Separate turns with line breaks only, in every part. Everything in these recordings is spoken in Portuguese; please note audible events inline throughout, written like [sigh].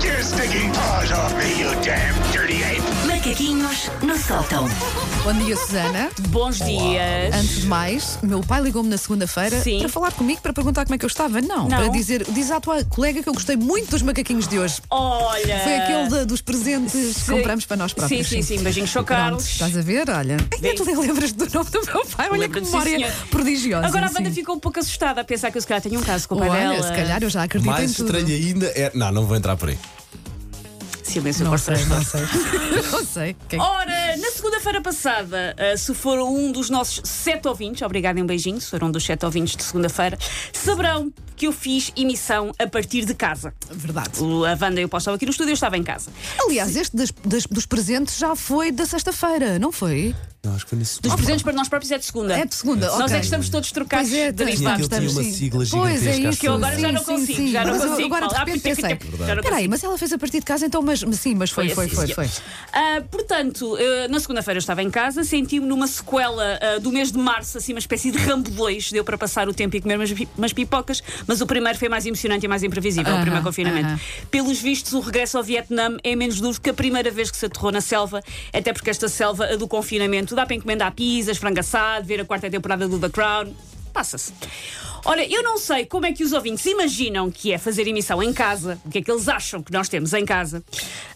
Taking paws off me, you damn dirty ape!
Macaquinhos no sótão.
Bom dia, Susana.
Bons dias.
Antes de mais, o meu pai ligou-me na segunda-feira
Sim.
para falar comigo, para perguntar como é que eu estava. Não,
Não.
para dizer, diz à tua colega que eu gostei muito dos macaquinhos de hoje.
Olha.
Foi aquele da- dos presentes que
Ah, Sim.
compramos para nós próprios.
Sim, sim, sim. Beijinhos, sou
Pronto,
Carlos.
estás assim. a ver? Olha, ainda te lembras do nome do meu pai? Olha que
Lembro-me, sim,
memória
senhor.
prodigiosa.
Agora a banda
sim.
ficou um pouco assustada a pensar que eu se calhar tenho um caso com o pai
Olha,
dela.
se calhar eu já acredito
Mais
em tudo.
estranho ainda é. Não, não vou entrar por aí.
Silêncio,
Não
gosto
sei, não sei. [laughs] não sei. é Quem-
Oh. Ora, na segunda-feira passada, ah, se for um dos nossos sete ouvintes, obrigado e um beijinho, se for um dos sete ouvintes de segunda-feira, saberão que eu fiz emissão a partir de casa.
Verdade.
O- A Wanda e o Paulo estavam aqui no estúdio, eu estava em casa.
Aliás, este das- das- dos presentes já foi da sexta-feira, não foi?
Não, acho que foi Ah, na
Dos
segunda.
presentes para nós próprios é de segunda.
É de segunda,
Nós
ok.
é que estamos todos trocados.
Pois é,
de
tens
lista.
lá,
Aquilo tinha
estamos,
uma
sim.
sigla
Pois é
gigantesca,
isso.
que eu
agora já
Sim,
não
sim,
consigo,
sim.
já não
Mas eu-
consigo
Agora de
falar.
repente pensei.
Já não
Peraí,
consigo.
mas ela fez a partir de casa, então, mas mas sim, mas foi, foi,
assim,
foi.
senhor.
foi.
Ah, portanto, eh, na segunda-feira eu estava em casa, senti-me numa sequela ah, do mês de março, assim, uma espécie de Rambo 2. Deu para passar o tempo e comer umas, pi- umas pipocas, mas o primeiro foi mais emocionante e mais imprevisível, o
Aham,
primeiro confinamento.
aham.
Pelos vistos, o regresso ao Vietnã é menos duro que a primeira vez que se aterrou na selva, até porque esta selva a do confinamento dá para encomendar pizzas, frango assado, ver a quarta temporada do The Crown. Passa-se. Ora, eu não sei como é que os ouvintes imaginam que é fazer emissão em casa, o que é que eles acham que nós temos em casa,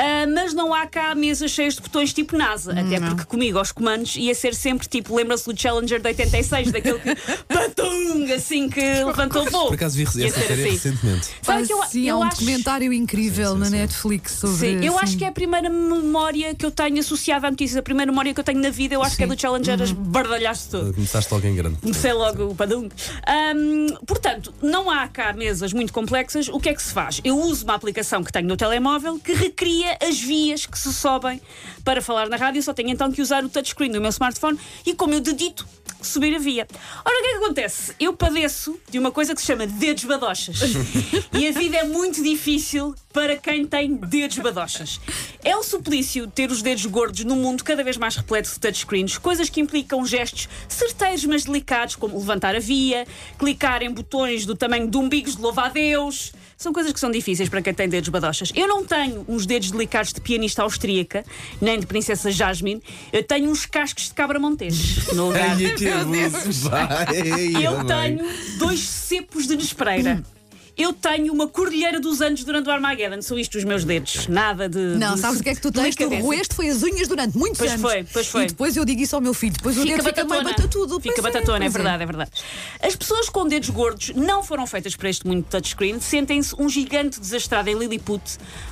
Ah, mas não há cá mesas cheias de botões tipo NASA, até porque comigo aos comandos ia ser sempre tipo, lembra-se do Challenger de 86, daquele
[laughs]
que patung, assim que levantou o voo.
Por acaso vi essa
Ia ser
série
assim.
recentemente.
Sabe que eu-
Ah, sim,
eu
há um
acho-
documentário incrível
Sim,
na
sim, sim.
Netflix sobre.
Sim, eu
sim.
acho que é a primeira memória que eu tenho associada a notícias, a primeira memória que eu tenho na vida, eu acho que é do Challenger, as bardalhaste tudo.
Começaste logo em grande.
Comecei logo o padung. Ahm, portanto, não há cá mesas muito complexas. O que é que se faz? Eu uso uma aplicação que tenho no telemóvel que recria as vias que se sobem para falar na rádio. Só tenho então que usar o touchscreen do meu smartphone e, como eu dedito, subir a via. Ora, o que é que acontece? Eu padeço de uma coisa que se chama dedos badochas. e a vida é muito difícil para quem tem dedos badochas. É um suplício ter os dedos gordos num mundo cada vez mais repleto de touchscreens, coisas que implicam gestos certeiros mas delicados, como levantar a via, clicar em botões do tamanho de umbigos de louva a Deus. São coisas que são difíceis para quem tem dedos badochas. Eu não tenho uns dedos delicados de pianista austríaca, nem de princesa Jasmine. Eu tenho uns cascos de cabra montês. No lugar
Ai, que abuso, vai!
eu
bem.
tenho dois cepos de Nespreira. Eu tenho uma cordilheira dos anos durante o Armageddon. São isto os meus dedos. Nada de.
Não,
de-
sabes o que é que tu
de
tens? Tu
delicadeza.
roeste foi as unhas durante muitos
Pois
anos.
foi, pois foi.
E depois eu digo isso ao meu filho. Depois o
Fica
dedo fica meio
batatona.
batatudo.
Fica
Pois
batatona, é
pois
verdade, é verdade. As pessoas com dedos gordos não foram feitas para este mundo de touchscreen, sentem-se um gigante desastrado em Lilliput.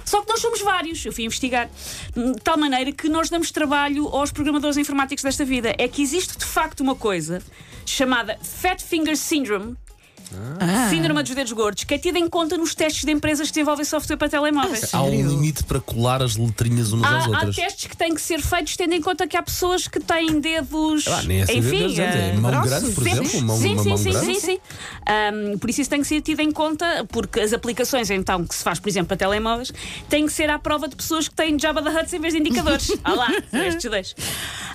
Só que nós somos vários, eu fui investigar. hum, De tal maneira que nós damos trabalho aos programadores informáticos desta vida. É que existe de facto uma coisa chamada Fat Finger Syndrome. Síndrome dos dedos gordos, que é tida em conta nos testes de empresas que desenvolvem software para telemóveis.
Há um
Sério? Ah,
limite para colar as letrinhas umas às
Há, há
outras.
testes que têm que ser feitos tendo em conta que há pessoas que têm dedos.
Ah, nem é assim,
enfim,
Deus, é
eh,
mão
grossos,
grande, por
sim.
exemplo. Mão,
sim,
uma
sim,
mão
sim,
grande.
sim, sim. Ahm, por isso isso tem que ser tido em conta, porque as aplicações então que se faz, por exemplo, para telemóveis, têm que ser à prova de pessoas que têm Java da Hutt em vez de
[laughs]
indicadores. ah lá, são estes dois.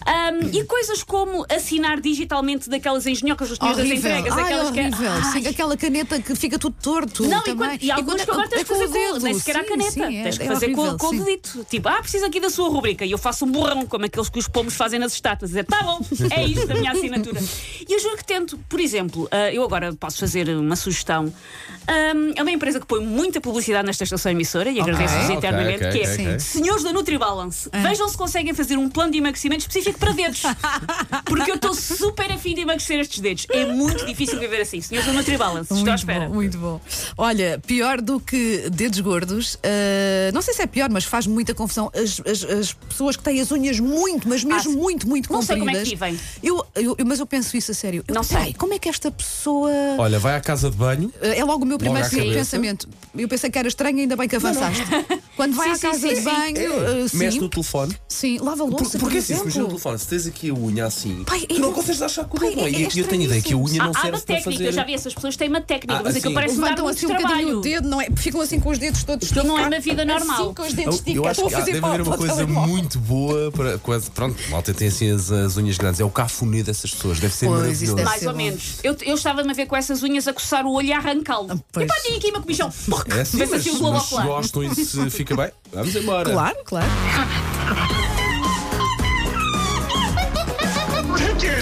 Ahm, e coisas como assinar digitalmente daquelas engenhocas dos senhores das
Horrível.
entregas,
Ai,
aquelas que. é-
horrível.
Ai,
Sim, aquela caneta que fica tudo torto.
não, e,
também.
quando, e alguns que agora tens
é
que fazer com,
o dedo.
nem sequer a
Sim,
caneta.
sim, é-
tens que
é
fazer com,
horrível,
com o
sim.
dedito. Tipo, ah, preciso aqui da sua rubrica. E eu faço um borrão, como aqueles que os pomos fazem nas estátuas. Dizer, tá bom, é isto a minha assinatura. E eu juro que tento, por exemplo, ah, eu agora posso fazer uma sugestão. Ahm, é uma empresa que põe muita publicidade nesta estação emissora e agradeço-vos
ok,
eternamente,
ok,
que é
ok.
Senhores da NutriBalance,
Ah.
vejam se conseguem fazer um plano de emagrecimento específico para
[laughs]
dedos. Porque eu estou super afim de emagrecer estes dedos. É muito difícil viver assim. Senhores da NutriBalance, estou à
Muito
espera.
bom, muito bom. Olha, pior do que dedos gordos, ah, não sei se é pior, mas faz muita confusão. As, as- as pessoas que têm as unhas muito, mas mesmo
sim.
muito, muito
Ah, Não sei como é
compridas.
que vivem.
Eu, eu- eu- mas eu penso isso a sério. Eu,
Não sei.
peraí, Como é que esta pessoa.
Olha, vai à casa de banho.
Ah, É logo o meu primeiro
à cabeça.
pensamento. Eu pensei que era estranho, ainda bem que
[laughs]
avançaste. Quando vai
Sim,
à
sim,
casa
sim,
de
sim.
banho, ah,
É, Mexe no
sim,
telefone.
sim, lava a louça, por,
porque assim, se
exemplo.
mexer no telefone, se tens aqui a unha assim,
Pai,
tu
eu-
não consegues achar com o
Pai,
dedo.
é
E eu tenho ideia que a unha
Há,
não
há
serve
uma
para
técnica, eu
fazer.
já vi essas pessoas têm uma técnica,
Ah,
mas aquilo
assim.
parece dar
Levantam
muito
assim um bocadinho
trabalho.
o dedo, não é? Ficam assim com os dedos todos.
Aquilo não é
esticados,
na vida normal.
Assim com os dedos
Eu
esticados.
acho que
Estou a
há-
fazer
deve
para
haver
o-
uma
para o
coisa
telemóvel.
muito boa para. Quase, pronto, malta tem assim as, as unhas grandes. É o cafuné dessas pessoas, deve ser
Pois, isso
maravilhoso.
deve
Mais
ser
ou
bom.
menos. Eu, eu estava-me a ver com essas unhas a coçar o olho e a arrancá-lo.
pois.
E pá, tinha aqui uma comichão.
Ah, É assim,
Vê-se
mas,
assim o globo
mas se
ocular.
gostam e se fica bem, vamos embora.
Claro, claro.
Take your